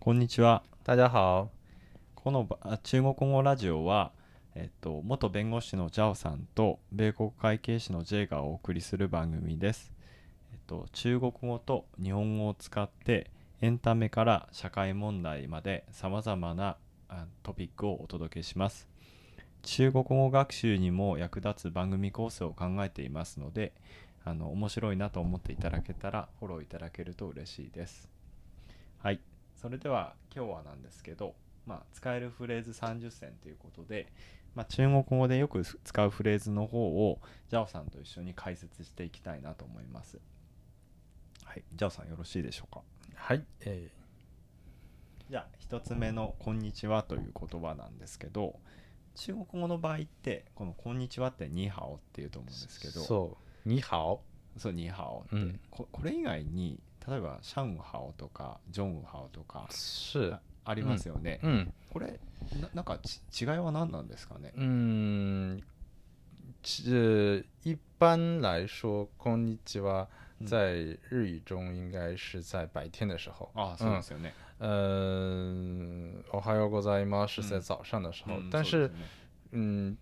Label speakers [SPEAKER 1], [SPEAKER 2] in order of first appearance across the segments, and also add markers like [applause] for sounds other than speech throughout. [SPEAKER 1] こんにちは。
[SPEAKER 2] 大家好，
[SPEAKER 1] このばあ中国語ラジオは、えっと、元弁護士のジャオさんと米国会計士のジェイがお送りする番組です。えっと、中国語と日本語を使ってエンタメから社会問題までさまざまなあトピックをお届けします。中国語学習にも役立つ番組コースを考えていますのであの面白いなと思っていただけたらフォローいただけると嬉しいです。はいそれでは今日はなんですけど、まあ、使えるフレーズ30選ということで、まあ、中国語でよく使うフレーズの方をジャオさんと一緒に解説していきたいなと思います。はい、ジャオさんよろしいでしょうか。
[SPEAKER 2] はい、え
[SPEAKER 1] じゃあ一つ目の「こんにちは」という言葉なんですけど中国語の場合ってこの「こんにちは」って「ニーハオ」っていうと思うんですけど
[SPEAKER 2] そう、你好、
[SPEAKER 1] そうニーハオって、
[SPEAKER 2] うん
[SPEAKER 1] ここれ以外に例えば「シャンウハオ」とか「ジョンウハオ」とか
[SPEAKER 2] 是
[SPEAKER 1] あ，ありますよね、
[SPEAKER 2] 嗯
[SPEAKER 1] これななんかち違いは何なんですかね
[SPEAKER 2] 嗯，这一般来说，こんにちは
[SPEAKER 1] 嗯
[SPEAKER 2] 在日语中应该是在白天的时候。
[SPEAKER 1] ああそうですよね、
[SPEAKER 2] 嗯，呃，おはようございます是在
[SPEAKER 1] 嗯
[SPEAKER 2] 早上的时候
[SPEAKER 1] うん，
[SPEAKER 2] 但
[SPEAKER 1] そうで
[SPEAKER 2] 是
[SPEAKER 1] すよね
[SPEAKER 2] 嗯，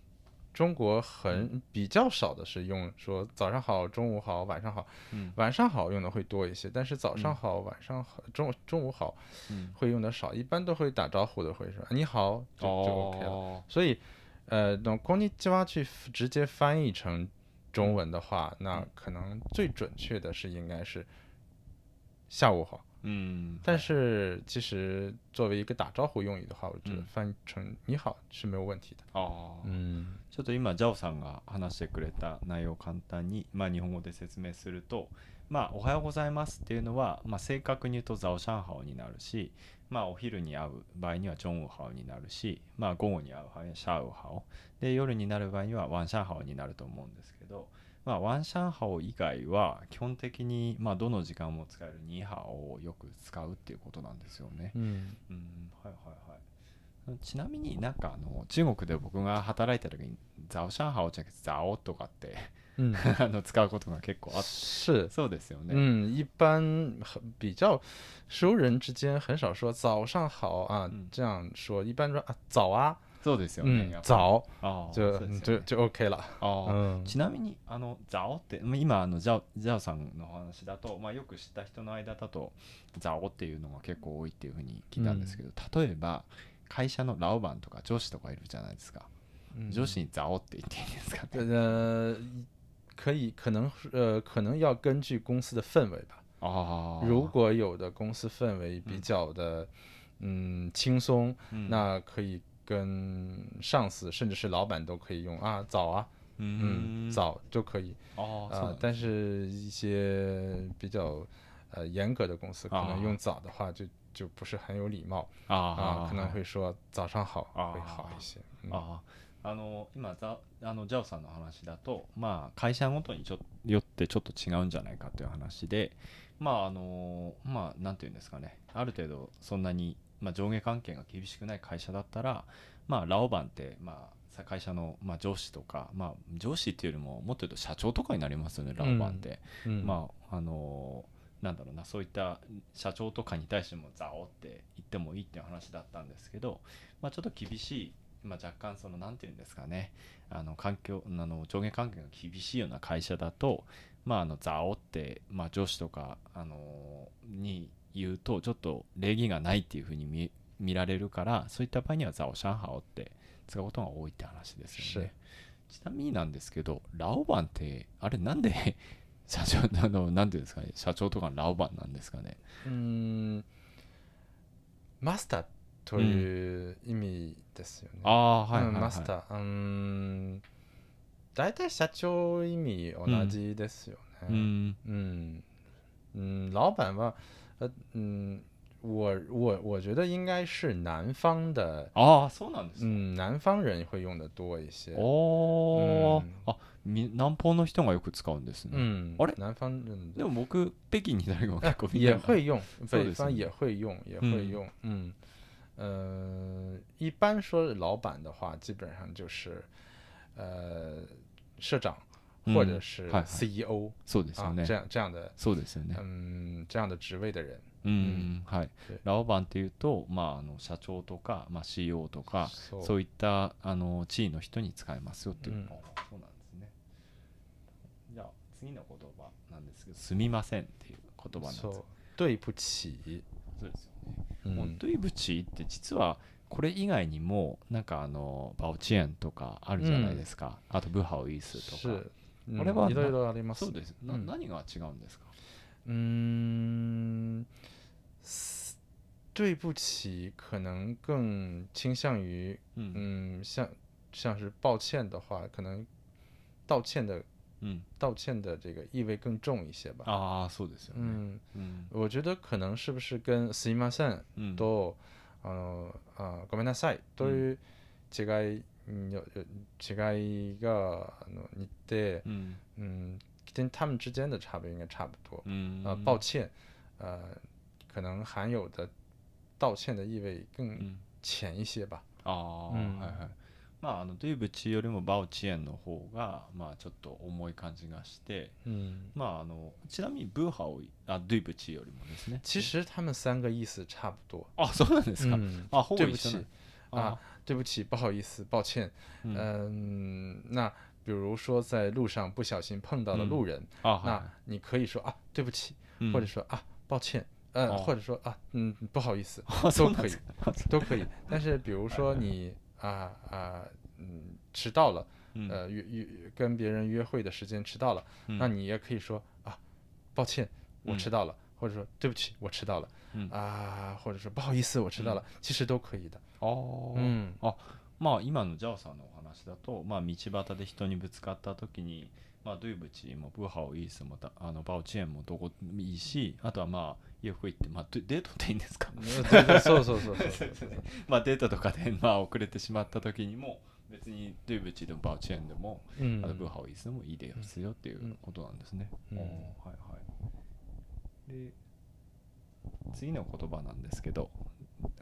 [SPEAKER 2] 中国
[SPEAKER 1] 嗯
[SPEAKER 2] 很比较少的是用说早上好、中午好、晚上好，
[SPEAKER 1] うん
[SPEAKER 2] 晚上好用的会多一些，但是早上
[SPEAKER 1] 嗯
[SPEAKER 2] 好、晚上好、中中午好
[SPEAKER 1] うん
[SPEAKER 2] 会用的少，一般都会打招呼的会说你好就就 OK 了。
[SPEAKER 1] 哦
[SPEAKER 2] 所以，呃，用こんにちは去直接翻译成中文的话，那
[SPEAKER 1] 嗯
[SPEAKER 2] 可能最准确的是应该是下午好。
[SPEAKER 1] うん
[SPEAKER 2] 但是其实作为一个打招呼用语的话，我觉得
[SPEAKER 1] 嗯
[SPEAKER 2] 翻译成你好是没有问题的。
[SPEAKER 1] ああ
[SPEAKER 2] 嗯
[SPEAKER 1] ちょっと今ジャオさんが話してくれた内容を簡単に、まあ、日本語で説明すると「まあ、おはようございます」っていうのは、まあ、正確に言うと「ザオシャンハオ」になるし、まあ、お昼に会う場合には「ジョンウハオ」になるし、まあ、午後に会う場合には「シャウハオ」で夜になる場合には「ワンシャンハオ」になると思うんですけど、まあ、ワンシャンハオ以外は基本的に、まあ、どの時間も使える「ニーハオ」をよく使うっていうことなんですよね。
[SPEAKER 2] 嗯
[SPEAKER 1] うんはいはいはいうんちなみになんかあの中国で僕が働いた時に「ザオシャンハオ」じゃなくて「ザオ」とかって [laughs]
[SPEAKER 2] 嗯，
[SPEAKER 1] あの使うことが結構あっ
[SPEAKER 2] [laughs] 是
[SPEAKER 1] そうですよね。
[SPEAKER 2] 嗯，一般很比较熟人之间很少说早上好啊，
[SPEAKER 1] 嗯
[SPEAKER 2] 这样说一般说啊早啊，
[SPEAKER 1] そうですよね。
[SPEAKER 2] 嗯
[SPEAKER 1] やっぱ
[SPEAKER 2] 早
[SPEAKER 1] あー
[SPEAKER 2] 就
[SPEAKER 1] そうです
[SPEAKER 2] 就
[SPEAKER 1] よね
[SPEAKER 2] 就 OK 了，
[SPEAKER 1] あー
[SPEAKER 2] 嗯
[SPEAKER 1] ちなみにあのザオってまあ今あのジャオジャオさんのお話だと、まあ、よく知った人の間だとザオっていうのが結構多いっていうふうに聞いたんですけど、例えば会社のラオバンとか上司とかいるじゃないですか、
[SPEAKER 2] 嗯
[SPEAKER 1] 上司にザオって言っていいですかね、
[SPEAKER 2] 呃可以可能是呃可能要根据公司的氛围吧，
[SPEAKER 1] ああ
[SPEAKER 2] 如果有的公司氛围比
[SPEAKER 1] 嗯
[SPEAKER 2] 较的嗯轻松，
[SPEAKER 1] うん
[SPEAKER 2] 那可以跟上司甚至是老板都可以用啊早啊，
[SPEAKER 1] う
[SPEAKER 2] 嗯
[SPEAKER 1] ん
[SPEAKER 2] 早就可以。
[SPEAKER 1] ああ、そうなん
[SPEAKER 2] 啊
[SPEAKER 1] だ、
[SPEAKER 2] 但是一些比较呃严格的公司，可
[SPEAKER 1] 啊
[SPEAKER 2] 能用早的话就就不是很有礼貌
[SPEAKER 1] あ
[SPEAKER 2] 啊，可能
[SPEAKER 1] はい
[SPEAKER 2] 会说早上好
[SPEAKER 1] 啊
[SPEAKER 2] 会好一些。嗯
[SPEAKER 1] あああの今ザあのジャオさんの話だと、まあ、会社ごとにちょよってちょっと違うんじゃないかという話でまああのまあなんていうんですかねある程度そんなに、まあ、上下関係が厳しくない会社だったらまあラオバンってまあさ会社の、まあ、上司とか、まあ、上司っていうよりももっと言うと社長とかになりますよねラオバンって、
[SPEAKER 2] 嗯
[SPEAKER 1] まああのなんだろうなそういった社長とかに対しても「ザオ」って言ってもいいっていう話だったんですけど、まあ、ちょっと厳しい、まあ、若干そのなんていうんですかねあの環境あの上下関係が厳しいような会社だと「まあ、あのザオ」って、まあ、上司とか、あのに言うとちょっと礼儀がないっていうふうに見見られるからそういった場合には「ザオシャンハオ」って使うことが多いって話ですよね。ちなみになんですけどラオバンってあれなんで [laughs] 社長あのなんていうんですかね社長とかのラオバンなんですかね
[SPEAKER 2] 嗯，master という意味ですよね。
[SPEAKER 1] ああーはいはい、
[SPEAKER 2] うん
[SPEAKER 1] はい、
[SPEAKER 2] マスター、うん、大体社長意味同じですよね。
[SPEAKER 1] うん
[SPEAKER 2] 嗯嗯，老板吧，呃嗯，我我我觉得应该是南方的，
[SPEAKER 1] ああそうなんですね、
[SPEAKER 2] 嗯，南方人会用的多一些。
[SPEAKER 1] おお、
[SPEAKER 2] うん
[SPEAKER 1] あみ南方の人がよく使うんですね、
[SPEAKER 2] 嗯，
[SPEAKER 1] あれ
[SPEAKER 2] 南方人
[SPEAKER 1] でも僕北京にいた時も結構見
[SPEAKER 2] 也
[SPEAKER 1] た
[SPEAKER 2] 会用，
[SPEAKER 1] そう
[SPEAKER 2] 北
[SPEAKER 1] です
[SPEAKER 2] 方
[SPEAKER 1] ね
[SPEAKER 2] 也会用，也
[SPEAKER 1] 嗯
[SPEAKER 2] 会用。嗯，呃，一般说老板的话，基本上就是呃社长或者
[SPEAKER 1] 嗯
[SPEAKER 2] 是
[SPEAKER 1] 嗨嗨
[SPEAKER 2] CEO
[SPEAKER 1] そうですよ
[SPEAKER 2] 啊
[SPEAKER 1] ね、
[SPEAKER 2] 这样这样的
[SPEAKER 1] そうですよね、
[SPEAKER 2] 嗯这样的职位的人。
[SPEAKER 1] うんはい
[SPEAKER 2] 对、
[SPEAKER 1] 老板っていうと、まあ、あの社長とか、まあ、CEO とか
[SPEAKER 2] そう
[SPEAKER 1] そういったあの地位の人に使えますよっていう、
[SPEAKER 2] うん
[SPEAKER 1] あそうなんですねじゃあ次の言葉なんですけど「すみません」っていう言葉なんです
[SPEAKER 2] そう对不起，
[SPEAKER 1] そうですよねもう
[SPEAKER 2] 嗯，
[SPEAKER 1] 对不起って実はこれ以外にもなんかあのバオチェンとかあるじゃないですか、あとブハオイスと
[SPEAKER 2] 是
[SPEAKER 1] か，
[SPEAKER 2] 嗯
[SPEAKER 1] これはい
[SPEAKER 2] ろいろあります
[SPEAKER 1] そう。です、な
[SPEAKER 2] うん
[SPEAKER 1] 何が違うんですか
[SPEAKER 2] 嗯，嘶对不起，可能更倾向于
[SPEAKER 1] うん
[SPEAKER 2] 嗯，像像是抱歉的话，可能道歉的
[SPEAKER 1] うん
[SPEAKER 2] 道歉的这个意味更重一些吧。
[SPEAKER 1] ああそうですよね
[SPEAKER 2] 嗯，
[SPEAKER 1] うん
[SPEAKER 2] 我觉得可能是不是跟すいません
[SPEAKER 1] うん
[SPEAKER 2] とあのあごめんなさいという違いによよ違いがあの似て
[SPEAKER 1] う、ん
[SPEAKER 2] 呃嗯，跟他们之间的差别应该差不多。
[SPEAKER 1] うん
[SPEAKER 2] 呃，抱歉，呃，可能含有的道歉的意味
[SPEAKER 1] う
[SPEAKER 2] 更
[SPEAKER 1] ん
[SPEAKER 2] 浅一些吧。
[SPEAKER 1] ああ、
[SPEAKER 2] うん
[SPEAKER 1] はいはいまああの对不起よりもバオチェンの方がまあちょっと重い感じがして
[SPEAKER 2] 嗯，
[SPEAKER 1] まああのちなみにブハオイあ对不起よりもですね
[SPEAKER 2] 其实他们三个意思差不多。
[SPEAKER 1] あそうなんですか、
[SPEAKER 2] 嗯，
[SPEAKER 1] あほぼ
[SPEAKER 2] 对不
[SPEAKER 1] 一緒なん
[SPEAKER 2] 起啊，对不起，不好意思，抱歉。
[SPEAKER 1] うん
[SPEAKER 2] 嗯，那比如说在路上不小心碰到了路人，
[SPEAKER 1] あはい
[SPEAKER 2] 那你可以说啊，对不起，
[SPEAKER 1] うん
[SPEAKER 2] 或者说啊，抱歉，呃，
[SPEAKER 1] 嗯哦
[SPEAKER 2] 或者说啊，嗯，不好意思，
[SPEAKER 1] あそうなんです [laughs] か
[SPEAKER 2] [laughs] 都可以。但是比如说你啊啊，嗯，迟到了，
[SPEAKER 1] うん
[SPEAKER 2] 呃，约约跟别人约会的时间迟到了，
[SPEAKER 1] うん
[SPEAKER 2] 那你也可以说啊，抱歉，我迟到了，或者说对不起，我迟到了，
[SPEAKER 1] 嗯
[SPEAKER 2] 啊，或者说不好意思，我迟到了，其实都可以的。
[SPEAKER 1] あー
[SPEAKER 2] 嗯
[SPEAKER 1] まあ今のジャオさんのお話だと、まあ、道端で人にぶつかった時に、まあ、ドゥーブチもブハオイースもたあのバオチェンもどこでもいいしあとはまあユーフイって、まあ、デデートっていいんですか
[SPEAKER 2] [laughs] 呃对对，そうそうそうそうそうそう。
[SPEAKER 1] [laughs] まあデートとかで、まあ、遅れてしまった時にも別にドゥーブチでもバオチェンでも、
[SPEAKER 2] 嗯
[SPEAKER 1] あとブハオイースでもいいですよっていうことなんですね。
[SPEAKER 2] うん
[SPEAKER 1] おーはいはい、で次の言葉なんですけど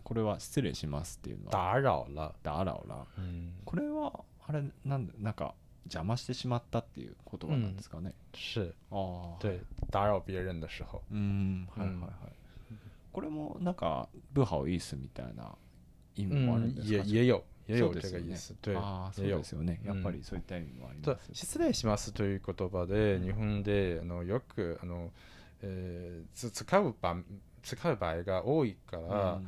[SPEAKER 1] これは失礼しますっていうのは
[SPEAKER 2] 打扰了。
[SPEAKER 1] ダーラオラ。
[SPEAKER 2] 嗯，
[SPEAKER 1] これはあれなんだなんか邪魔してしまったっていうことはなんですかね、
[SPEAKER 2] 是
[SPEAKER 1] ああ
[SPEAKER 2] 对打扰别人的时候。
[SPEAKER 1] うんはいはいはい、これもなんかブハオイースみたいな意味もあるん
[SPEAKER 2] 嗯
[SPEAKER 1] で，す
[SPEAKER 2] 也
[SPEAKER 1] か、
[SPEAKER 2] 也有也
[SPEAKER 1] そう
[SPEAKER 2] 有
[SPEAKER 1] で
[SPEAKER 2] 这
[SPEAKER 1] す
[SPEAKER 2] 个
[SPEAKER 1] よね
[SPEAKER 2] 意思。对，
[SPEAKER 1] ああそう
[SPEAKER 2] 也
[SPEAKER 1] で
[SPEAKER 2] 有
[SPEAKER 1] す。よね
[SPEAKER 2] う
[SPEAKER 1] やっ
[SPEAKER 2] ん
[SPEAKER 1] ぱりそういった意味もあり
[SPEAKER 2] と
[SPEAKER 1] ますよ
[SPEAKER 2] 失礼しますという言葉で日本であのよくあの、えーつ使う場使う場合が多いから、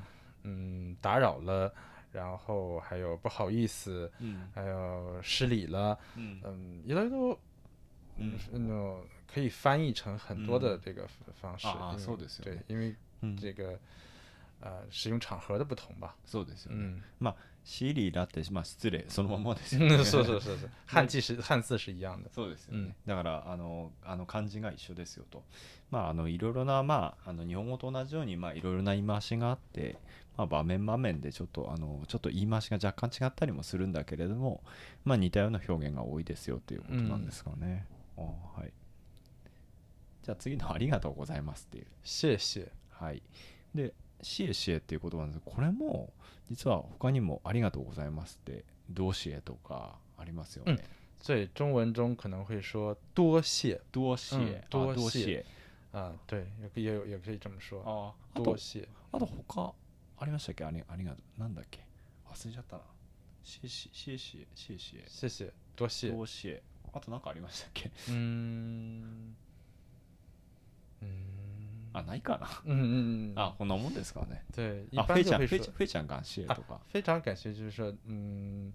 [SPEAKER 2] 嗯，打扰了，然后还有不好意思，
[SPEAKER 1] うんうん
[SPEAKER 2] 还有失礼了，
[SPEAKER 1] うん
[SPEAKER 2] 嗯，一来都
[SPEAKER 1] うん
[SPEAKER 2] 嗯可以翻译成很多的
[SPEAKER 1] 嗯
[SPEAKER 2] 这个方式。
[SPEAKER 1] 啊啊
[SPEAKER 2] 因为
[SPEAKER 1] そうですよ
[SPEAKER 2] 对
[SPEAKER 1] ね，嗯
[SPEAKER 2] 因为
[SPEAKER 1] うん
[SPEAKER 2] 这个呃使用场合的不同吧。
[SPEAKER 1] そうですよね、
[SPEAKER 2] 嗯，
[SPEAKER 1] シリラって、まあ、失礼そのままですよね
[SPEAKER 2] [laughs] 是是是是，汉字是汉字是一样的。
[SPEAKER 1] そうですよね、
[SPEAKER 2] うん
[SPEAKER 1] だからあのあの漢字が一緒ですよとまああのいろいろなまああの日本語と同じようにまあいろいろな言い回しがあって、まあ、場面場面でちょっとあのちょっと言い回しが若干違ったりもするんだけれどもまあ似たような表現が多いですよっていうことなんですかね、あーはいじゃあ次の「ありがとうございます」っていう
[SPEAKER 2] 谢谢。
[SPEAKER 1] はいで「シエシエ」っていう言葉なんですけどこれも実は他にも「ありがとうございます」って「どうしえ」とかありますよね、
[SPEAKER 2] うん所以中文中可能会说多谢
[SPEAKER 1] どうし
[SPEAKER 2] うん
[SPEAKER 1] え、あ
[SPEAKER 2] どうしえ
[SPEAKER 1] どうしえ
[SPEAKER 2] 啊，对，也可以也有也可以这么说，
[SPEAKER 1] ああと
[SPEAKER 2] 多谢。
[SPEAKER 1] あと他ありましたっけあれありがとうなんだっけ忘れちゃったなシェシェシェシェシェシ
[SPEAKER 2] 谢谢，多谢
[SPEAKER 1] ェ。どうしえあとなんかありましたっけ
[SPEAKER 2] 嗯，嗯，
[SPEAKER 1] [laughs] あないかな
[SPEAKER 2] 嗯嗯嗯，
[SPEAKER 1] [laughs] あこんなもんですかね
[SPEAKER 2] 对，一
[SPEAKER 1] あフェ
[SPEAKER 2] 般
[SPEAKER 1] イちゃ
[SPEAKER 2] 就
[SPEAKER 1] ん
[SPEAKER 2] 会
[SPEAKER 1] フェイ
[SPEAKER 2] 说
[SPEAKER 1] ちゃんフェイちゃんがシェとか
[SPEAKER 2] 啊，非常感谢，就是说，嗯，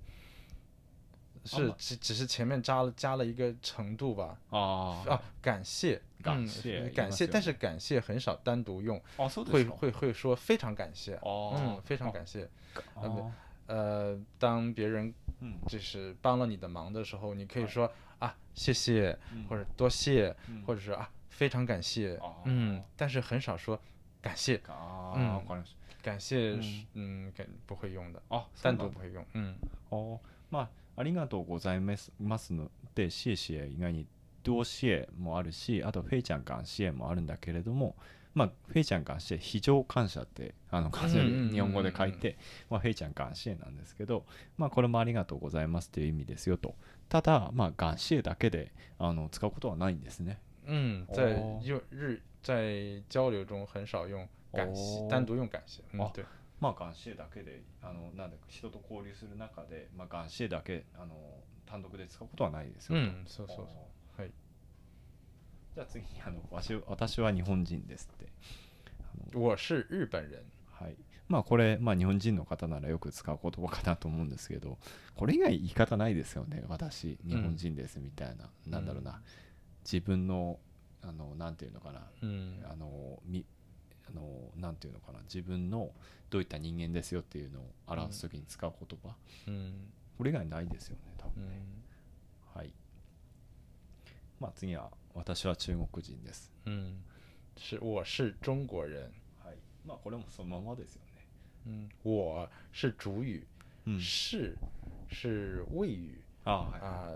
[SPEAKER 2] 是
[SPEAKER 1] 嘛
[SPEAKER 2] 只只是前面加了加了一个程度吧，
[SPEAKER 1] あ
[SPEAKER 2] 啊，感谢，
[SPEAKER 1] 感
[SPEAKER 2] 嗯
[SPEAKER 1] 谢
[SPEAKER 2] 是
[SPEAKER 1] 言い
[SPEAKER 2] 感
[SPEAKER 1] ます
[SPEAKER 2] 谢，
[SPEAKER 1] よ
[SPEAKER 2] 但
[SPEAKER 1] ね
[SPEAKER 2] 是感谢很少单独用，
[SPEAKER 1] ああそうで
[SPEAKER 2] 会
[SPEAKER 1] すか
[SPEAKER 2] 会会说非常感谢，
[SPEAKER 1] あ
[SPEAKER 2] 嗯
[SPEAKER 1] あ，
[SPEAKER 2] 非常感谢，
[SPEAKER 1] あ
[SPEAKER 2] あ
[SPEAKER 1] ー
[SPEAKER 2] 呃，当别人
[SPEAKER 1] うん
[SPEAKER 2] 就是帮了你的忙的时候，你可以
[SPEAKER 1] 哎
[SPEAKER 2] 说啊谢谢，
[SPEAKER 1] うん
[SPEAKER 2] 或者多谢，
[SPEAKER 1] うん
[SPEAKER 2] 或者是啊非常感谢
[SPEAKER 1] 嗯哦，
[SPEAKER 2] 嗯，但是很少说感谢，
[SPEAKER 1] あ
[SPEAKER 2] うん
[SPEAKER 1] あわかりまし
[SPEAKER 2] 感谢
[SPEAKER 1] 嗯
[SPEAKER 2] 是嗯感不会用的，
[SPEAKER 1] たあそうな
[SPEAKER 2] 单
[SPEAKER 1] ん
[SPEAKER 2] 独
[SPEAKER 1] だ
[SPEAKER 2] 不会用，嗯
[SPEAKER 1] おまあ、ありがとうございますますので、シエシエ以外に、どうシエもあるし、あと、フェイちゃん感謝もあるんだけれども、まあ、フェイちゃん感謝、非常感謝って、あの、感謝
[SPEAKER 2] うんうんうん
[SPEAKER 1] で
[SPEAKER 2] うん
[SPEAKER 1] 日本語で書いて、まあ、フェイちゃん感謝なんですけど、まあ、これもありがとうございますっていう意味ですよと。ただ、まあ、感謝だけで、あの、使うことはないんですね。
[SPEAKER 2] 嗯，在
[SPEAKER 1] 哦
[SPEAKER 2] 用日在交流中很少用感谢，
[SPEAKER 1] 哦
[SPEAKER 2] 单独用感謝。嗯
[SPEAKER 1] あ、
[SPEAKER 2] 对，
[SPEAKER 1] まあ、感謝だけで、あの、なんだか、人と交流する中で、まあ、感謝だけ、あの、単独で使うことはないですよ
[SPEAKER 2] う
[SPEAKER 1] ね。
[SPEAKER 2] ん、そうそうそ
[SPEAKER 1] あー
[SPEAKER 2] はい。
[SPEAKER 1] じゃあ次にあのわし私は日本人ですって。
[SPEAKER 2] う。我是日本人。
[SPEAKER 1] はい、まあこれ、まあ、日本人の方ならよく使う言葉かなと思うんですけどこれ以外言い方ないですよね私日本人ですみたいな、なんだろうな自分のあのなんていうのかな
[SPEAKER 2] うん。
[SPEAKER 1] あのみあのなんていうのかな自分のどういった人間ですよっていうのを表す時に使う言葉、
[SPEAKER 2] うん。
[SPEAKER 1] これ以外ないですよね多
[SPEAKER 2] う
[SPEAKER 1] 分ね、
[SPEAKER 2] ん。
[SPEAKER 1] はいまあ次は私は中国人です
[SPEAKER 2] うん。嗯是我是中国人。
[SPEAKER 1] はいまあこれもそのままですよね
[SPEAKER 2] 嗯，我是主语，
[SPEAKER 1] うん
[SPEAKER 2] 是是谓语
[SPEAKER 1] ああはい、
[SPEAKER 2] 啊、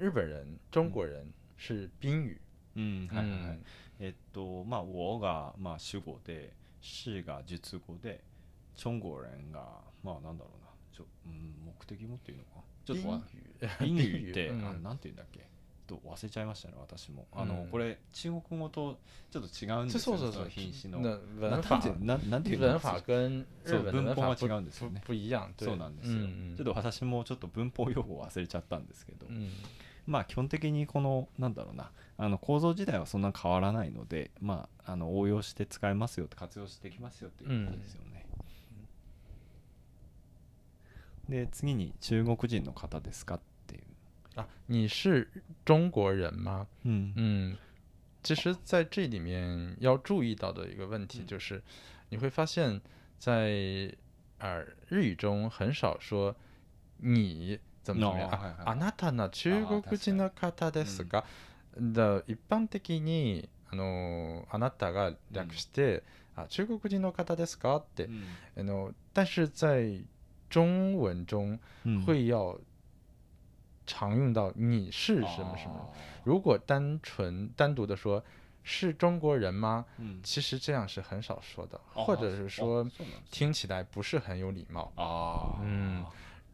[SPEAKER 2] 日本人、中国人是宾语。
[SPEAKER 1] うんはいはいはい
[SPEAKER 2] 嗯，
[SPEAKER 1] えっとまあ「我」がまあ主語で「し」が述語で「チョンゴレン」がまあなんだろうなちょ、うん、目的語っていうのかちょっとわ
[SPEAKER 2] [laughs] 宾语，嗯啊
[SPEAKER 1] 英語って、
[SPEAKER 2] うん
[SPEAKER 1] あのなんていうんだっけちょっと忘れちゃいましたね私もあの、
[SPEAKER 2] うん
[SPEAKER 1] これ中国語とちょっと違うんです
[SPEAKER 2] 这
[SPEAKER 1] よ
[SPEAKER 2] そうそうそう，
[SPEAKER 1] 品詞の
[SPEAKER 2] 那
[SPEAKER 1] な
[SPEAKER 2] 文
[SPEAKER 1] な
[SPEAKER 2] 法
[SPEAKER 1] んてななんていうの
[SPEAKER 2] 文法跟日
[SPEAKER 1] そう
[SPEAKER 2] 本的
[SPEAKER 1] 文
[SPEAKER 2] 文
[SPEAKER 1] 法
[SPEAKER 2] 法
[SPEAKER 1] は
[SPEAKER 2] 不
[SPEAKER 1] 違うんですよ
[SPEAKER 2] 不
[SPEAKER 1] ね
[SPEAKER 2] 不一样，对
[SPEAKER 1] そうなんですよ、
[SPEAKER 2] 嗯
[SPEAKER 1] ちょっと私もちょっと文法用語忘れちゃったんですけど、
[SPEAKER 2] 嗯
[SPEAKER 1] まあ基本的にこのなんだろうなあの構造自体はそんな変わらないので、まあ、あの応用して使えますよって活用していきますよっていうことですよね。で次に中国人の方ですかっていう。
[SPEAKER 2] 嗯啊，你是中国人吗？
[SPEAKER 1] うん
[SPEAKER 2] 嗯，其实在这里面要注意到的一个问题
[SPEAKER 1] 嗯
[SPEAKER 2] 就是，你会发现在啊日语中很少说你怎么怎么样
[SPEAKER 1] 哦
[SPEAKER 2] 啊
[SPEAKER 1] はいはい
[SPEAKER 2] あなたの中国人の方ですが、だ一般的にあのあなたが略して、あ中国人の方ですかって、あの但是在中文中
[SPEAKER 1] うん
[SPEAKER 2] 会要常用到你是什么什么。
[SPEAKER 1] あー
[SPEAKER 2] 如果单纯单独的说是中国人吗？
[SPEAKER 1] うん
[SPEAKER 2] 其实这样是很少说的，
[SPEAKER 1] あー
[SPEAKER 2] 或者是
[SPEAKER 1] あそう
[SPEAKER 2] 说
[SPEAKER 1] なんですね
[SPEAKER 2] 听起来不是很有礼貌。
[SPEAKER 1] あー
[SPEAKER 2] 嗯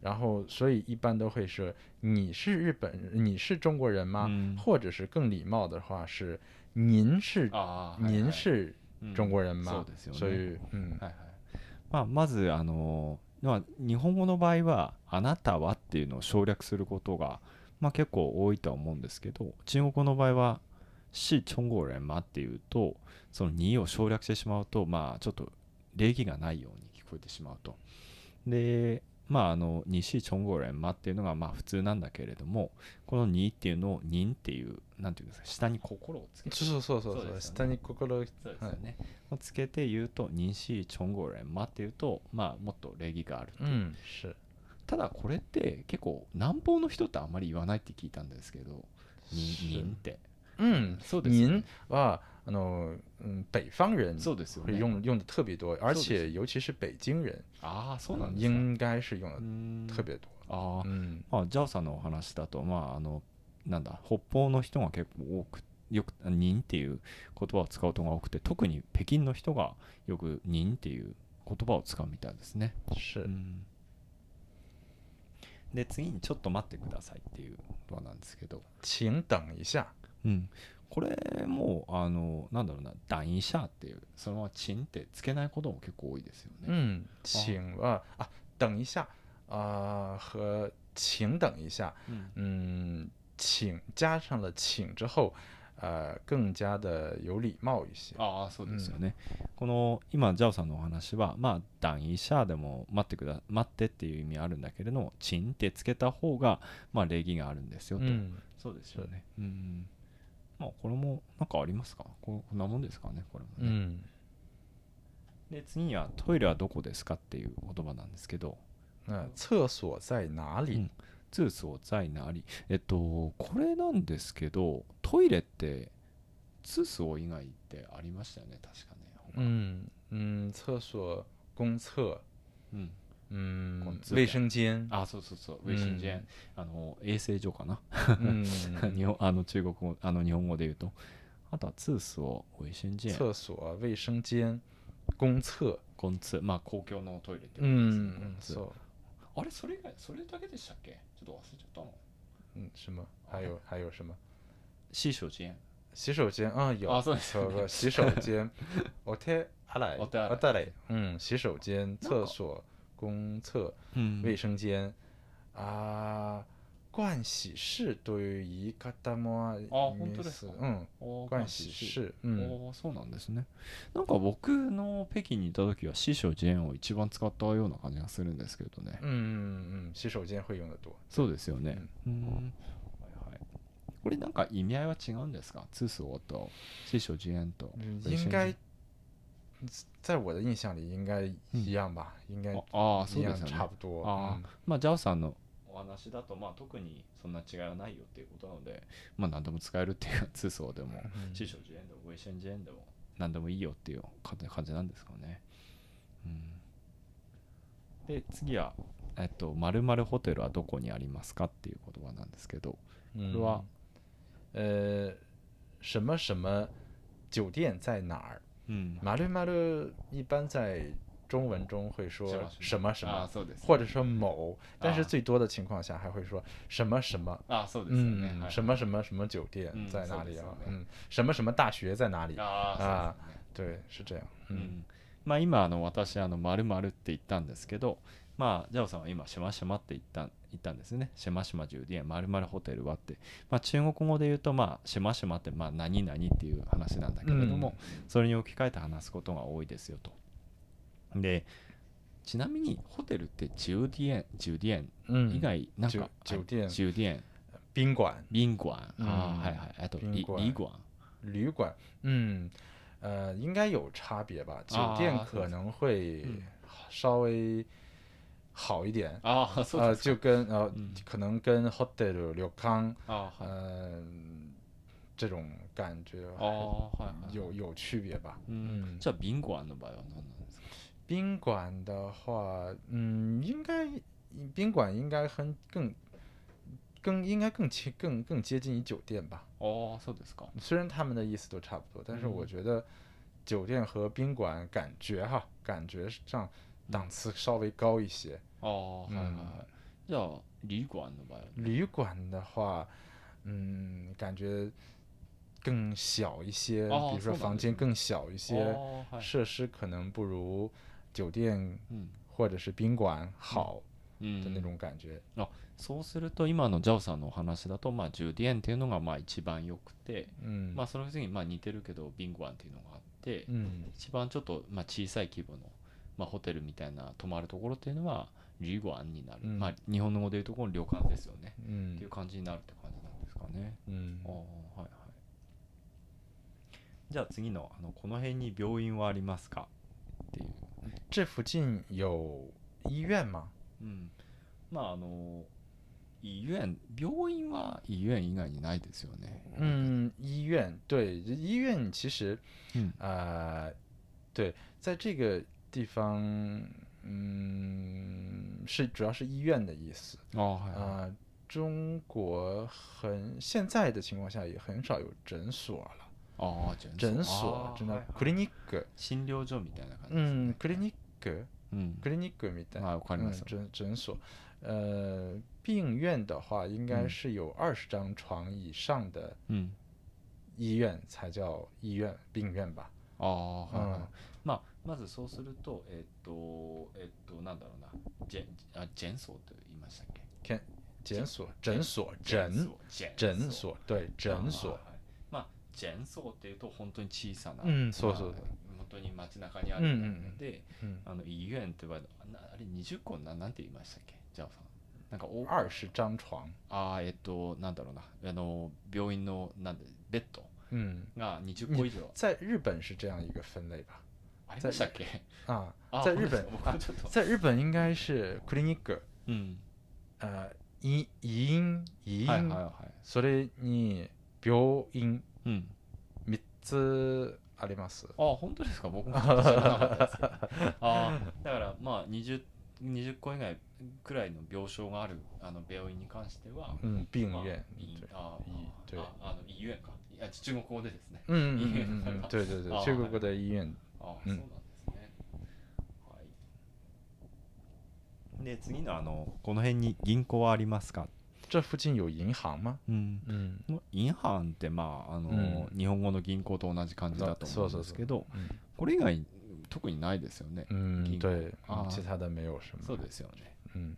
[SPEAKER 2] 然后，所以一般都会说你是日本人，你是中国人吗？
[SPEAKER 1] 嗯
[SPEAKER 2] 或者是更礼貌的话是您是
[SPEAKER 1] あーはいはい
[SPEAKER 2] 您是
[SPEAKER 1] 嗯
[SPEAKER 2] 中国人
[SPEAKER 1] うんそう？
[SPEAKER 2] 吗
[SPEAKER 1] ですよね
[SPEAKER 2] 所以，嗯
[SPEAKER 1] はいはいまあ、まずあの、まあ、日本語の場合は「あなたは」っていうのを省略することが、まあ、結構多いとは思うんですけど中国語の場合は「し中国人ま」っていうとその「に」を省略してしまうとまあちょっと礼儀がないように聞こえてしまうと。でまああの「にし中国人ま」っていうのがまあ普通なんだけれどもこの「に」っていうのを「にん」っていうなんていうんですか下に心をつけて
[SPEAKER 2] そうそうそう
[SPEAKER 1] そう
[SPEAKER 2] そう。
[SPEAKER 1] ですよね
[SPEAKER 2] 下に心を
[SPEAKER 1] そうですよね。をつけて言うと、認識チョンゴレンマっていうと、まあ、もっと礼儀がある。
[SPEAKER 2] 嗯是
[SPEAKER 1] ただ、これって結構、南方の人ってあんまり言わないって聞いたんですけど、
[SPEAKER 2] 是
[SPEAKER 1] にんって。
[SPEAKER 2] 嗯
[SPEAKER 1] そうですよね
[SPEAKER 2] 您啊，あの嗯北方人
[SPEAKER 1] そうですよ
[SPEAKER 2] 会
[SPEAKER 1] ね。
[SPEAKER 2] 用用的特别多，
[SPEAKER 1] そ
[SPEAKER 2] 而
[SPEAKER 1] うです
[SPEAKER 2] 且尤其是北京人，
[SPEAKER 1] ああ、そうなんですか。
[SPEAKER 2] 嗯应该是用
[SPEAKER 1] う
[SPEAKER 2] 的
[SPEAKER 1] ん
[SPEAKER 2] 特别多。
[SPEAKER 1] ああ、
[SPEAKER 2] 嗯
[SPEAKER 1] まあ、ジャオさんのお話だと、まあ、あの、なんだ、北方の人が結構多く、よく、にんっていう言葉を使うことが多くて、特に北京の人がよく、にんっていう言葉を使うみたいですね。
[SPEAKER 2] 是
[SPEAKER 1] うんで次にちょっと待ってくださいっていうのなんですけど、
[SPEAKER 2] 请等一下。
[SPEAKER 1] うん、これもあのなんだろうな「ダインシャー」っていうそのまま「チン」ってつけないことも結構多いですよね。
[SPEAKER 2] 嗯，请啊啊，等一下啊、和请等一下，
[SPEAKER 1] うん
[SPEAKER 2] 嗯，请加上了请之后，呃，更加的有礼貌一些。
[SPEAKER 1] ああそうですよね。この今ジャオさんのお話はまあ「ダインシャー」でも待ってくだ「待って」っていう意味あるんだけれども「チン」ってつけた方がまあ礼儀があるんですよと。
[SPEAKER 2] 嗯，
[SPEAKER 1] そうですよね。うんまあこれもなんかありますかここんなもんですかねこれもね。
[SPEAKER 2] 嗯
[SPEAKER 1] で次には「トイレはどこですか?」っていう言葉なんですけど
[SPEAKER 2] 那、厕所在哪里
[SPEAKER 1] 嗯？「通所在哪里」えっとこれなんですけどトイレって通所以外ってありましたよね確かね他
[SPEAKER 2] 嗯嗯，厕所、公厕、
[SPEAKER 1] うん公
[SPEAKER 2] 嗯，
[SPEAKER 1] 厕
[SPEAKER 2] 卫
[SPEAKER 1] 呀
[SPEAKER 2] 生 [laughs] 间。
[SPEAKER 1] あそうそうそう衛生間、あの衛生所かな
[SPEAKER 2] 嗯，
[SPEAKER 1] 日本あの中国語あの日本語で言うとあとは通所衛生間
[SPEAKER 2] 厕所、卫生间、公厕。
[SPEAKER 1] 公通まあ公共のトイレってことですね
[SPEAKER 2] 嗯嗯，
[SPEAKER 1] 公
[SPEAKER 2] そう。
[SPEAKER 1] 通あれそれ以外それだけでしたっけちょっと忘れちゃったの
[SPEAKER 2] 嗯，什么？还有还有什么？
[SPEAKER 1] 洗手間
[SPEAKER 2] 洗手间啊、有
[SPEAKER 1] あそうですよ
[SPEAKER 2] 不
[SPEAKER 1] ね
[SPEAKER 2] 不洗手间，お手洗い、
[SPEAKER 1] お手洗い
[SPEAKER 2] い、嗯，洗手间、厕所、公厕、
[SPEAKER 1] うん
[SPEAKER 2] 卫生啊間あー盥洗室という言い方もあり
[SPEAKER 1] 本当ですか
[SPEAKER 2] うん、
[SPEAKER 1] お
[SPEAKER 2] 盥洗室、うん、
[SPEAKER 1] おーそうなんですねなんか僕の北京にいた時は師匠ジェンを一番使ったような感じがするんですけどね、
[SPEAKER 2] うんうんうん、嗯洗手間会用的多。
[SPEAKER 1] そうですよねうんはいはいこれなんか意味合いは違うんですか通所と師匠ジェンと衛生間
[SPEAKER 2] 应该在我的印象里应该一样吧，应该
[SPEAKER 1] ああーそ
[SPEAKER 2] 一
[SPEAKER 1] うで
[SPEAKER 2] 样
[SPEAKER 1] すよね
[SPEAKER 2] 差不多。
[SPEAKER 1] あ
[SPEAKER 2] 嗯
[SPEAKER 1] あまあジャオさんのお話だとまあ特にそんな違いはないよっていうことなのでまあ何でも使えるっていう通想でも
[SPEAKER 2] 嗯
[SPEAKER 1] 師匠自演でも衛生自演でも何でもいいよっていう感じ感じなんですかね、うん、で次は「えっと、〇〇ホテルはどこにありますか?」っていう言葉なんですけど
[SPEAKER 2] 嗯
[SPEAKER 1] 是吧
[SPEAKER 2] 呃，什么什么酒店在哪儿？
[SPEAKER 1] うん
[SPEAKER 2] 马瑞马瑞一般在中文中会说
[SPEAKER 1] 什么
[SPEAKER 2] 什么什么
[SPEAKER 1] あ。そうです
[SPEAKER 2] 或者说某，但
[SPEAKER 1] 啊
[SPEAKER 2] 是最多的情况下还会说什么什么，
[SPEAKER 1] あそうですよね、
[SPEAKER 2] 嗯，
[SPEAKER 1] はい
[SPEAKER 2] 什么什么什么酒店
[SPEAKER 1] 嗯
[SPEAKER 2] 在
[SPEAKER 1] そう
[SPEAKER 2] 哪
[SPEAKER 1] で
[SPEAKER 2] 里
[SPEAKER 1] すよね？
[SPEAKER 2] 啊嗯，什么什么大学在哪里？
[SPEAKER 1] ああそうですよね
[SPEAKER 2] 对，是这样。
[SPEAKER 1] う
[SPEAKER 2] 嗯，
[SPEAKER 1] んまあ、今あの私あの〇〇って言ったんですけど、まあ、ジャオさんは今シェマシェマって言った言ったんですね。シェマシェマ充電〇〇ホテルはって、まあ、中国語で言うと、まあ、シェマシェマってまあ何々っていう話なんだけれども、それに置き換えて話すことが多いですよと。でちなみにホテルって充電充電
[SPEAKER 2] 嗯，
[SPEAKER 1] 以外なん
[SPEAKER 2] じゅ
[SPEAKER 1] か
[SPEAKER 2] 充電
[SPEAKER 1] 充電
[SPEAKER 2] 宾馆、
[SPEAKER 1] 賓館
[SPEAKER 2] うん
[SPEAKER 1] あーはいはいあと
[SPEAKER 2] 賓
[SPEAKER 1] リ
[SPEAKER 2] 館
[SPEAKER 1] リ館
[SPEAKER 2] 旅馆，嗯，呃，应该有差别吧？酒店
[SPEAKER 1] 啊
[SPEAKER 2] 可能会
[SPEAKER 1] 嗯
[SPEAKER 2] 稍微好一点，
[SPEAKER 1] ああそうで
[SPEAKER 2] 呃，
[SPEAKER 1] す
[SPEAKER 2] 就
[SPEAKER 1] か
[SPEAKER 2] 跟呃
[SPEAKER 1] 嗯，
[SPEAKER 2] 可能跟 hotel 旅康，
[SPEAKER 1] あーはい
[SPEAKER 2] 嗯，这种感觉
[SPEAKER 1] あーはいはい
[SPEAKER 2] 有有区别吧？
[SPEAKER 1] うん
[SPEAKER 2] 嗯
[SPEAKER 1] じゃあ賓館の場合は何なんですか
[SPEAKER 2] 宾馆的话，嗯，应该宾馆应该很更更应该更亲更更接近于酒店吧。
[SPEAKER 1] ああそうですか
[SPEAKER 2] 虽然他们的意思都差不多，但是我
[SPEAKER 1] 嗯
[SPEAKER 2] 觉得酒店和宾馆感觉哈，感觉上档次稍微高一些。
[SPEAKER 1] ああはいはいはい、
[SPEAKER 2] 嗯
[SPEAKER 1] じゃあ旅館の場合は
[SPEAKER 2] 旅馆的话，嗯，感觉更小一些，
[SPEAKER 1] 哦
[SPEAKER 2] 比如说
[SPEAKER 1] 说法
[SPEAKER 2] 房
[SPEAKER 1] 律
[SPEAKER 2] 间
[SPEAKER 1] 上
[SPEAKER 2] 更小一些，
[SPEAKER 1] ああはい
[SPEAKER 2] 设施可能不如酒店
[SPEAKER 1] うん
[SPEAKER 2] 或者是宾馆好
[SPEAKER 1] う
[SPEAKER 2] 的那
[SPEAKER 1] ん、
[SPEAKER 2] 种感觉。
[SPEAKER 1] そうすると今のジャオさんのお話だと、まあ、充電っていうのがまあ一番良くて、
[SPEAKER 2] 嗯，
[SPEAKER 1] まあ、その次にまあ似てるけどビンゴアンっていうのがあって、
[SPEAKER 2] 嗯
[SPEAKER 1] 一番ちょっとまあ小さい規模の、まあ、ホテルみたいな泊まるところっていうのはリゴアンになる、
[SPEAKER 2] うん
[SPEAKER 1] まあ、日本の語でいうとこの旅館ですよね、ってい
[SPEAKER 2] 嗯
[SPEAKER 1] う感じになるって感じなんですかね。
[SPEAKER 2] 嗯
[SPEAKER 1] ああはいはいじゃあ次のあの「この辺に病院はありますか?」っていう
[SPEAKER 2] 这附近有医院吗？
[SPEAKER 1] うん、まああの医院病院は医院以外にないですよね。
[SPEAKER 2] 嗯，医院对医院其实，
[SPEAKER 1] 嗯
[SPEAKER 2] 啊、对，在这个地方，嗯，是主要是医院的意思
[SPEAKER 1] あはいはい
[SPEAKER 2] 啊、中国很现在的情况下也很少有诊所了，
[SPEAKER 1] ああ診
[SPEAKER 2] 诊
[SPEAKER 1] あ
[SPEAKER 2] 所
[SPEAKER 1] あ
[SPEAKER 2] 真
[SPEAKER 1] はい
[SPEAKER 2] 的
[SPEAKER 1] はい
[SPEAKER 2] clinic，
[SPEAKER 1] 診療所みたいな感じです
[SPEAKER 2] 嗯
[SPEAKER 1] ね。
[SPEAKER 2] clinic
[SPEAKER 1] うん。
[SPEAKER 2] clinic みたい
[SPEAKER 1] ま
[SPEAKER 2] な，
[SPEAKER 1] あわかりま
[SPEAKER 2] 嗯
[SPEAKER 1] す。
[SPEAKER 2] 诊诊所，呃，病院的话应该
[SPEAKER 1] 嗯
[SPEAKER 2] 是有二十张床以上的。
[SPEAKER 1] うん。
[SPEAKER 2] 医院才叫医院病院吧？嗯
[SPEAKER 1] ああはいはい
[SPEAKER 2] うん。
[SPEAKER 1] まあまずそうするとえっとえっとなんだろうなジェンあジェンソーと言いましたっけ？
[SPEAKER 2] 诊所、诊所、啊
[SPEAKER 1] ジェン
[SPEAKER 2] 诊
[SPEAKER 1] ソ、ージェンソー
[SPEAKER 2] 诊所，对，诊
[SPEAKER 1] あ。ー
[SPEAKER 2] 所
[SPEAKER 1] はいまあ诊所っていうと本当に小さな、
[SPEAKER 2] 嗯，そうそう
[SPEAKER 1] まあ本当に街中にあるようなので、
[SPEAKER 2] 嗯，
[SPEAKER 1] あの医院ってばなあれ20個ななんて言いましたっけジャオさんなんかお
[SPEAKER 2] 二十张床。
[SPEAKER 1] あーえっとなんだろうなあの病院のなんでベッド
[SPEAKER 2] 嗯，
[SPEAKER 1] が20個以上
[SPEAKER 2] 在日本是这样一个分类吧？
[SPEAKER 1] ありましたっけ
[SPEAKER 2] 啊
[SPEAKER 1] あ，
[SPEAKER 2] 在
[SPEAKER 1] ごめ
[SPEAKER 2] 日本
[SPEAKER 1] んなさい僕はちょっと
[SPEAKER 2] 在日本应该是 clinic，
[SPEAKER 1] うん
[SPEAKER 2] 呃，医医院医
[SPEAKER 1] はいはい
[SPEAKER 2] 院，
[SPEAKER 1] は
[SPEAKER 2] それに病
[SPEAKER 1] い
[SPEAKER 2] 院
[SPEAKER 1] うん
[SPEAKER 2] 三つあります。
[SPEAKER 1] あー本当ですか僕もちょっと知らなかったですけどあーだからまあ 20, 20個以外くらいの病床があるあの病院に関しては
[SPEAKER 2] 嗯，病
[SPEAKER 1] まあ
[SPEAKER 2] 院，
[SPEAKER 1] い
[SPEAKER 2] 对，
[SPEAKER 1] あー
[SPEAKER 2] い对
[SPEAKER 1] ああの医院かいや中国語でですね
[SPEAKER 2] 嗯
[SPEAKER 1] 医
[SPEAKER 2] 嗯
[SPEAKER 1] 院
[SPEAKER 2] 嗯嗯
[SPEAKER 1] 啊
[SPEAKER 2] 嗯，对对对 [laughs]
[SPEAKER 1] 啊，
[SPEAKER 2] 中国的医院，
[SPEAKER 1] ああ、
[SPEAKER 2] う
[SPEAKER 1] そうなんで
[SPEAKER 2] ん
[SPEAKER 1] すね。はい。で、次のあの、この辺に銀行はありますか
[SPEAKER 2] 这附近有银行吗？
[SPEAKER 1] うん、
[SPEAKER 2] 嗯
[SPEAKER 1] もうインハンってまああの、
[SPEAKER 2] うん
[SPEAKER 1] 日本語の銀行と同じ感じだと思うんですけど
[SPEAKER 2] 嗯
[SPEAKER 1] これ以外特にないですよね、
[SPEAKER 2] 嗯，
[SPEAKER 1] 银
[SPEAKER 2] 对，
[SPEAKER 1] 啊
[SPEAKER 2] 其他的没有什么。
[SPEAKER 1] そうですよね
[SPEAKER 2] 嗯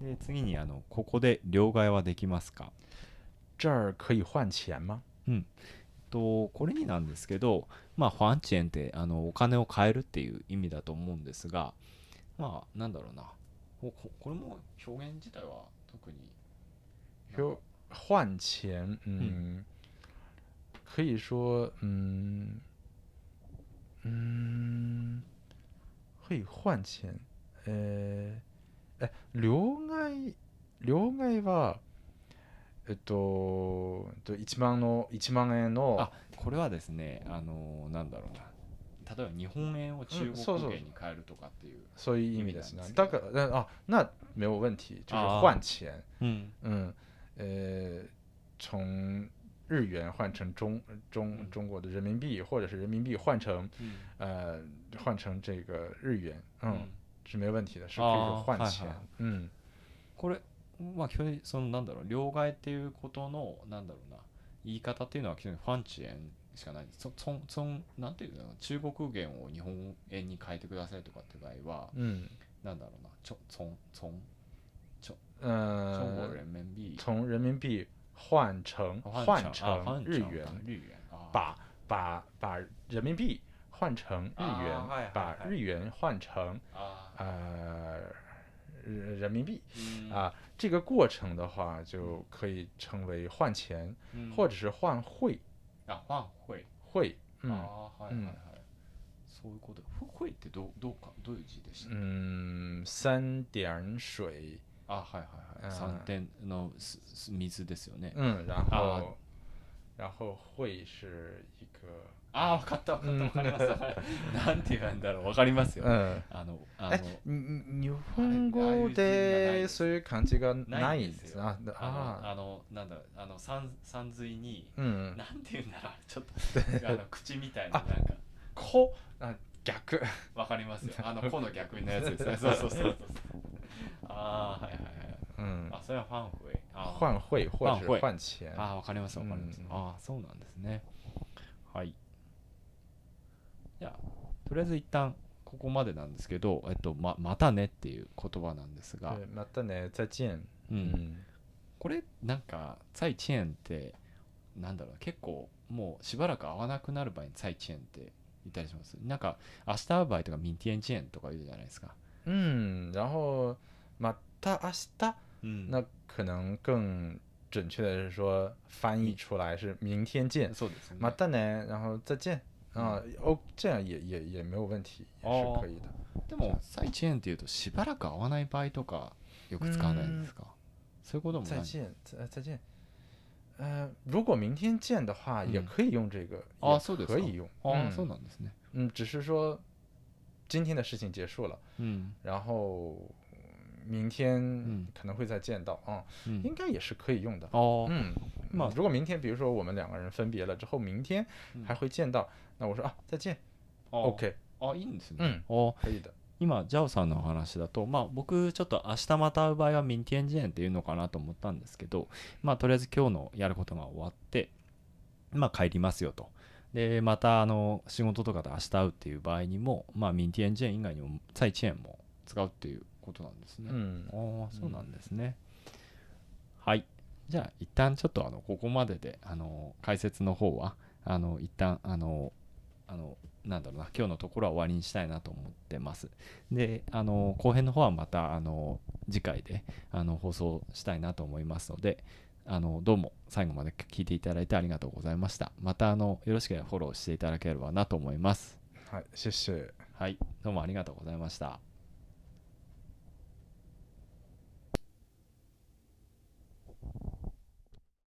[SPEAKER 1] で次にあのここで両替はできますか
[SPEAKER 2] 这儿可以换钱吗？
[SPEAKER 1] とこれになんですけどまあファンチェンってあのお金を変えるっていう意味だと思うんですがまあなんだろうなこここれも表現自体は特になん
[SPEAKER 2] 有
[SPEAKER 1] か
[SPEAKER 2] 换钱，嗯，可以说，嗯嗯，可以换钱，呃，え、両替、両替は、えっと、えっと呃一万の一万円の
[SPEAKER 1] あ、これはですねあのなんだろうな例えば日本円を中
[SPEAKER 2] うん
[SPEAKER 1] 国
[SPEAKER 2] そうそう
[SPEAKER 1] 元に変えるとかっていう、
[SPEAKER 2] そういう意味ですね
[SPEAKER 1] 意味。なん
[SPEAKER 2] だ
[SPEAKER 1] ですけ
[SPEAKER 2] か
[SPEAKER 1] ど
[SPEAKER 2] ら、あ、那没有问题，就是
[SPEAKER 1] あー
[SPEAKER 2] 换钱。
[SPEAKER 1] うん、
[SPEAKER 2] 嗯，呃，从日元换成中中
[SPEAKER 1] 嗯
[SPEAKER 2] 中国的人民币，或者是人民币换成呃换成这个日元，
[SPEAKER 1] う
[SPEAKER 2] 嗯，
[SPEAKER 1] ん
[SPEAKER 2] 是没问题的，是可以说
[SPEAKER 1] 哦
[SPEAKER 2] 换
[SPEAKER 1] 嗨
[SPEAKER 2] 钱，
[SPEAKER 1] 嗨
[SPEAKER 2] 嗯，
[SPEAKER 1] これまあ基本的にそのなんだろう両替っていうことのなんだろうな言い方っていうのは基本的にファンチ円しかないんですそそんそんなんていうの中国元を日本円に変えてくださいとかって場合は
[SPEAKER 2] 嗯，
[SPEAKER 1] なんだろうなちょそんそん中国
[SPEAKER 2] 呃，
[SPEAKER 1] 人哦民币
[SPEAKER 2] 从人民币换成换
[SPEAKER 1] あ
[SPEAKER 2] 成日元，
[SPEAKER 1] あ日元あ
[SPEAKER 2] 把把把人民币换成日
[SPEAKER 1] 啊
[SPEAKER 2] 元，
[SPEAKER 1] 嗨
[SPEAKER 2] 把
[SPEAKER 1] 嗨嗨
[SPEAKER 2] 日元换成
[SPEAKER 1] あ
[SPEAKER 2] 呃人人民币，
[SPEAKER 1] うん
[SPEAKER 2] 啊，这个过程的话就可以称为换钱，
[SPEAKER 1] うん
[SPEAKER 2] 或者是换汇
[SPEAKER 1] あファンホイ
[SPEAKER 2] 汇。
[SPEAKER 1] あ
[SPEAKER 2] 嗯
[SPEAKER 1] はいはいはいそういうことフホイってどうどうかどういう字でした
[SPEAKER 2] 嗯，三点水，
[SPEAKER 1] あはいはいは
[SPEAKER 2] あ
[SPEAKER 1] い
[SPEAKER 2] ー
[SPEAKER 1] 三点のすす水ですよね
[SPEAKER 2] 嗯，然
[SPEAKER 1] 啊
[SPEAKER 2] 后，然后汇是一个，
[SPEAKER 1] ああ、分かった、分かった、分かります。なんて言うんだろう、分かりますよ。
[SPEAKER 2] 嗯，
[SPEAKER 1] あの、あ
[SPEAKER 2] 哎
[SPEAKER 1] の、，
[SPEAKER 2] 你你日
[SPEAKER 1] あ
[SPEAKER 2] 本
[SPEAKER 1] あいう
[SPEAKER 2] 語
[SPEAKER 1] 字がない
[SPEAKER 2] で
[SPEAKER 1] です
[SPEAKER 2] そういう漢字がな
[SPEAKER 1] ない
[SPEAKER 2] い
[SPEAKER 1] んですよあ
[SPEAKER 2] あ
[SPEAKER 1] の、
[SPEAKER 2] あ、
[SPEAKER 1] あのなんだろう、あの、さん、さんずいに、
[SPEAKER 2] うん、
[SPEAKER 1] なんて言うんだろう、ちょっと、あ
[SPEAKER 2] [laughs]
[SPEAKER 1] の、口みたいな、なんか、
[SPEAKER 2] こあ逆、
[SPEAKER 1] 分かりますよ。あの、この逆のやつです [laughs] ね。そうそうそうそう。ああ、はいはいはい。
[SPEAKER 2] 嗯，
[SPEAKER 1] あ、それはファンフェイ。あー
[SPEAKER 2] 换汇或者
[SPEAKER 1] 换汇啊
[SPEAKER 2] 是换钱，
[SPEAKER 1] あー、わかります、わかります
[SPEAKER 2] うん。
[SPEAKER 1] ああ、そうなんですね。はい。じゃあ、とりあえず一旦、ここまでなんですけど、えっと、ま、またねっていう言葉なんですが
[SPEAKER 2] 对，，またね、再见，
[SPEAKER 1] うん。
[SPEAKER 2] 嗯，
[SPEAKER 1] これなんか「再チェーン」ってなんだろう結構もうしばらく会わなくなる場合に「再チェーン」って言ったりしますなんか明日会う場合とか「ミンティエンチェーン」とか言うじゃないですか、
[SPEAKER 2] 嗯，然后また明日。
[SPEAKER 1] うん
[SPEAKER 2] 那可能更准确的是说，翻译出来是“明天见
[SPEAKER 1] そうですよ”，
[SPEAKER 2] 马
[SPEAKER 1] ね
[SPEAKER 2] 蛋呢，然后再见啊，哦，这样也也也没有问题，也
[SPEAKER 1] 嗯哦
[SPEAKER 2] 是可以
[SPEAKER 1] で
[SPEAKER 2] 的。
[SPEAKER 1] も「再チェーン」っていうとしばらく会わない場合とかよく使わないですかそういうこともない
[SPEAKER 2] 再见，再再见。呃，如果明天见的话，也
[SPEAKER 1] 嗯
[SPEAKER 2] 可以用这个，
[SPEAKER 1] 哦
[SPEAKER 2] 也
[SPEAKER 1] そうですか
[SPEAKER 2] 可以用。
[SPEAKER 1] ああ、そう
[SPEAKER 2] 嗯
[SPEAKER 1] なんですね
[SPEAKER 2] 嗯，只是说今天的事情结束了，
[SPEAKER 1] うん、
[SPEAKER 2] 然后明天
[SPEAKER 1] 嗯
[SPEAKER 2] 可能会再见到啊，
[SPEAKER 1] うん
[SPEAKER 2] 应该也是可以用的。
[SPEAKER 1] あー
[SPEAKER 2] 嗯，
[SPEAKER 1] 那
[SPEAKER 2] 嗯如果明天，比如说我们两个人分别了之后，明天
[SPEAKER 1] 嗯
[SPEAKER 2] 还会见到，那我说啊，再见
[SPEAKER 1] あー
[SPEAKER 2] ，OK，
[SPEAKER 1] あいいんですね、
[SPEAKER 2] うん
[SPEAKER 1] あー
[SPEAKER 2] 可以的。
[SPEAKER 1] 今ジャオさんのお話だとまあ僕ちょっと明日また会う場合はミンティエンジェーンっていうのかなと思ったんですけどまあとりあえず今日のやることが終わってまあ帰りますよとでまたあの仕事とかで明日会うっていう場合にもまあミンティエンジェーン以外にも再チェーンも使うっていうことなんですね、
[SPEAKER 2] 嗯，
[SPEAKER 1] ああそうなんですね、はいじゃあ一旦ちょっとあのここまでであの解説の方はあの一旦あのあのなんだろうな今日のところは終わりにしたいなと思ってますであの後編の方はまたあの次回であの放送したいなと思いますのであのどうも最後まで聞いていただいてありがとうございましたまたあのよろしければフォローしていただければなと思います
[SPEAKER 2] 好，谢谢。
[SPEAKER 1] はいどうもありがとうございました